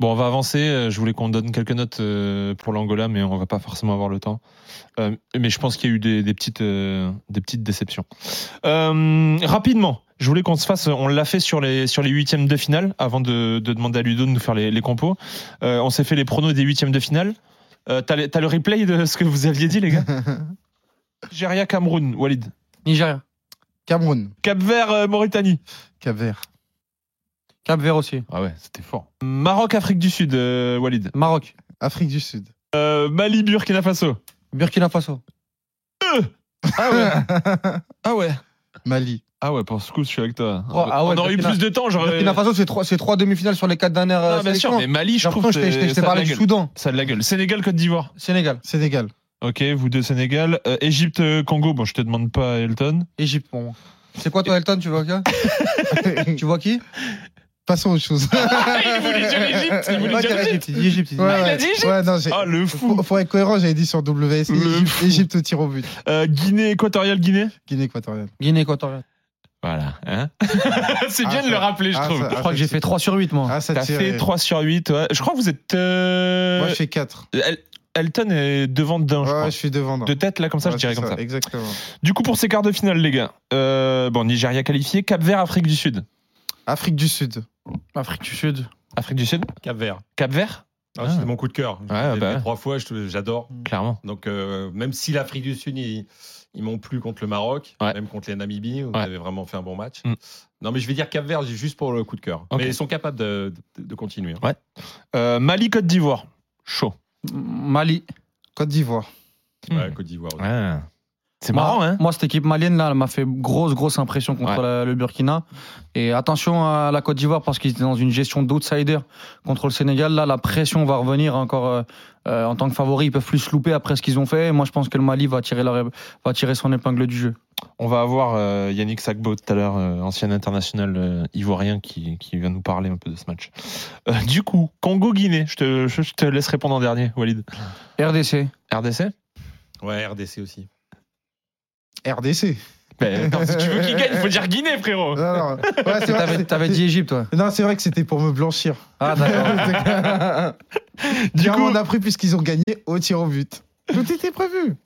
Bon, on va avancer. Euh, Je voulais qu'on donne quelques notes euh, pour l'Angola, mais on va pas forcément avoir le temps. Euh, mais je pense qu'il y a eu des, des petites, euh, des petites déceptions. Euh, rapidement, je voulais qu'on se fasse. On l'a fait sur les, sur les huitièmes de finale, avant de, de demander à Ludo de nous faire les, les compos. Euh, on s'est fait les pronos des huitièmes de finale. Euh, T'as les- t'as le replay de ce que vous aviez dit, les gars Nigeria, Cameroun, Walid. Nigeria. Cameroun, Cap Vert, euh, Mauritanie. Cap-Vert, Cap Vert aussi. Ah ouais, c'était fort. Maroc, Afrique du Sud, euh, Walid. Maroc. Afrique du Sud. Euh, Mali, Burkina Faso. Burkina Faso. Ah ah ouais. Mali. Ah ouais, pour ce coup, je suis avec toi. Oh, ah ouais, on aurait eu Burkina- plus de temps, j'aurais. Burkina Burkina Faso, c'est trois, c'est trois demi-finales sur les quatre dernières. Ah, euh, bien sûr, sélections. mais Mali, je J'ai trouve l'impression que que je t'ai- je c'est- ça t'ai a de parlé la du gueule. Soudan. Ça a de la gueule. Sénégal, Côte d'Ivoire. Sénégal. Sénégal. Ok, vous deux Sénégal. Euh, Égypte, euh, Congo. Bon, je te demande pas, Elton. Égypte pour moi. C'est quoi toi, Elton Tu vois quoi Tu vois qui Passons aux choses. il voulait dire l'Égypte. Il voulait Pas dire dire l'Égypte. Égypte, il dit Égypte, il dit. Ah, il a dit Égypte ouais, non, j'ai- Ah, le fou. Faut, faut être cohérent, j'avais dit sur WS. Le Égypte, fou. Égypte au tir au but. Euh, Guinée, Équatoriale, Guinée. Guinée équatoriale. Guinée équatoriale. Voilà. hein. c'est bien Ah, de le ça- rappeler, je ah, trouve. ça- Je crois que j'ai fait 3 sur 8 moi. Ah, ça T'as tire. fait 3 sur 8. ouais. Je crois que vous êtes. euh, Moi, je fais 4. El- Elton est devant d'un, je Ouais, crois. je suis devant. non. De tête, là, comme ça, Ouais, je dirais c'est comme ça. Exactement. Du coup, pour ces quarts de finale, les gars. euh, bon, Nigeria qualifié. Cap Vert, Afrique du Sud. Afrique du Sud. Afrique du Sud. Afrique du Sud Cap Vert. Cap Vert Ah, Ah. C'était mon coup de cœur. Ouais, J'ai bah fait ouais. Trois fois, je- j'adore. Clairement. Donc, euh, même si l'Afrique du Sud, ils, ils m'ont plu contre le Maroc, Ouais. même contre les Namibies, où Ouais. ils avaient vraiment fait un bon match. Mm. Non, mais je vais dire Cap Vert j'ai juste pour le coup de cœur. Ok. Mais ils sont capables de, de- de continuer. hein. Euh, Mali, Côte d'Ivoire. Chaud. Mali. Côte d'Ivoire. hein. Mm. Ouais, Côte d'Ivoire. aussi. Ah. C'est Moi- marrant, hein Moi, cette équipe malienne, là, elle m'a fait grosse, grosse impression contre Ouais. la- le Burkina. Et attention à la Côte d'Ivoire parce qu'ils étaient dans une gestion d'outsider contre le Sénégal. Là, la pression va revenir encore euh, euh, en tant que favori. Ils peuvent plus se louper après ce qu'ils ont fait. Et moi, je pense que le Mali va tirer, leur- va tirer son épingle du jeu. On va avoir euh, Yannick Sagbo tout à l'heure, euh, ancien international euh, ivoirien, qui, qui vient nous parler un peu de ce match. Euh, du coup, Congo-Guinée. Je te, je- je te laisse répondre en dernier, Walid. RDC. RDC Ouais, RDC aussi. RDC. Ben, attends, Si tu veux qu'il gagne, faut dire Guinée, frérot. Non, non. Ouais, c'est vrai que T'avais c'est- t'avais dit Égypte, toi. Non, c'est vrai que c'était pour me blanchir. Ah, d'accord. du coup- on a pris puisqu'ils ont gagné au tir au but. Tout était prévu.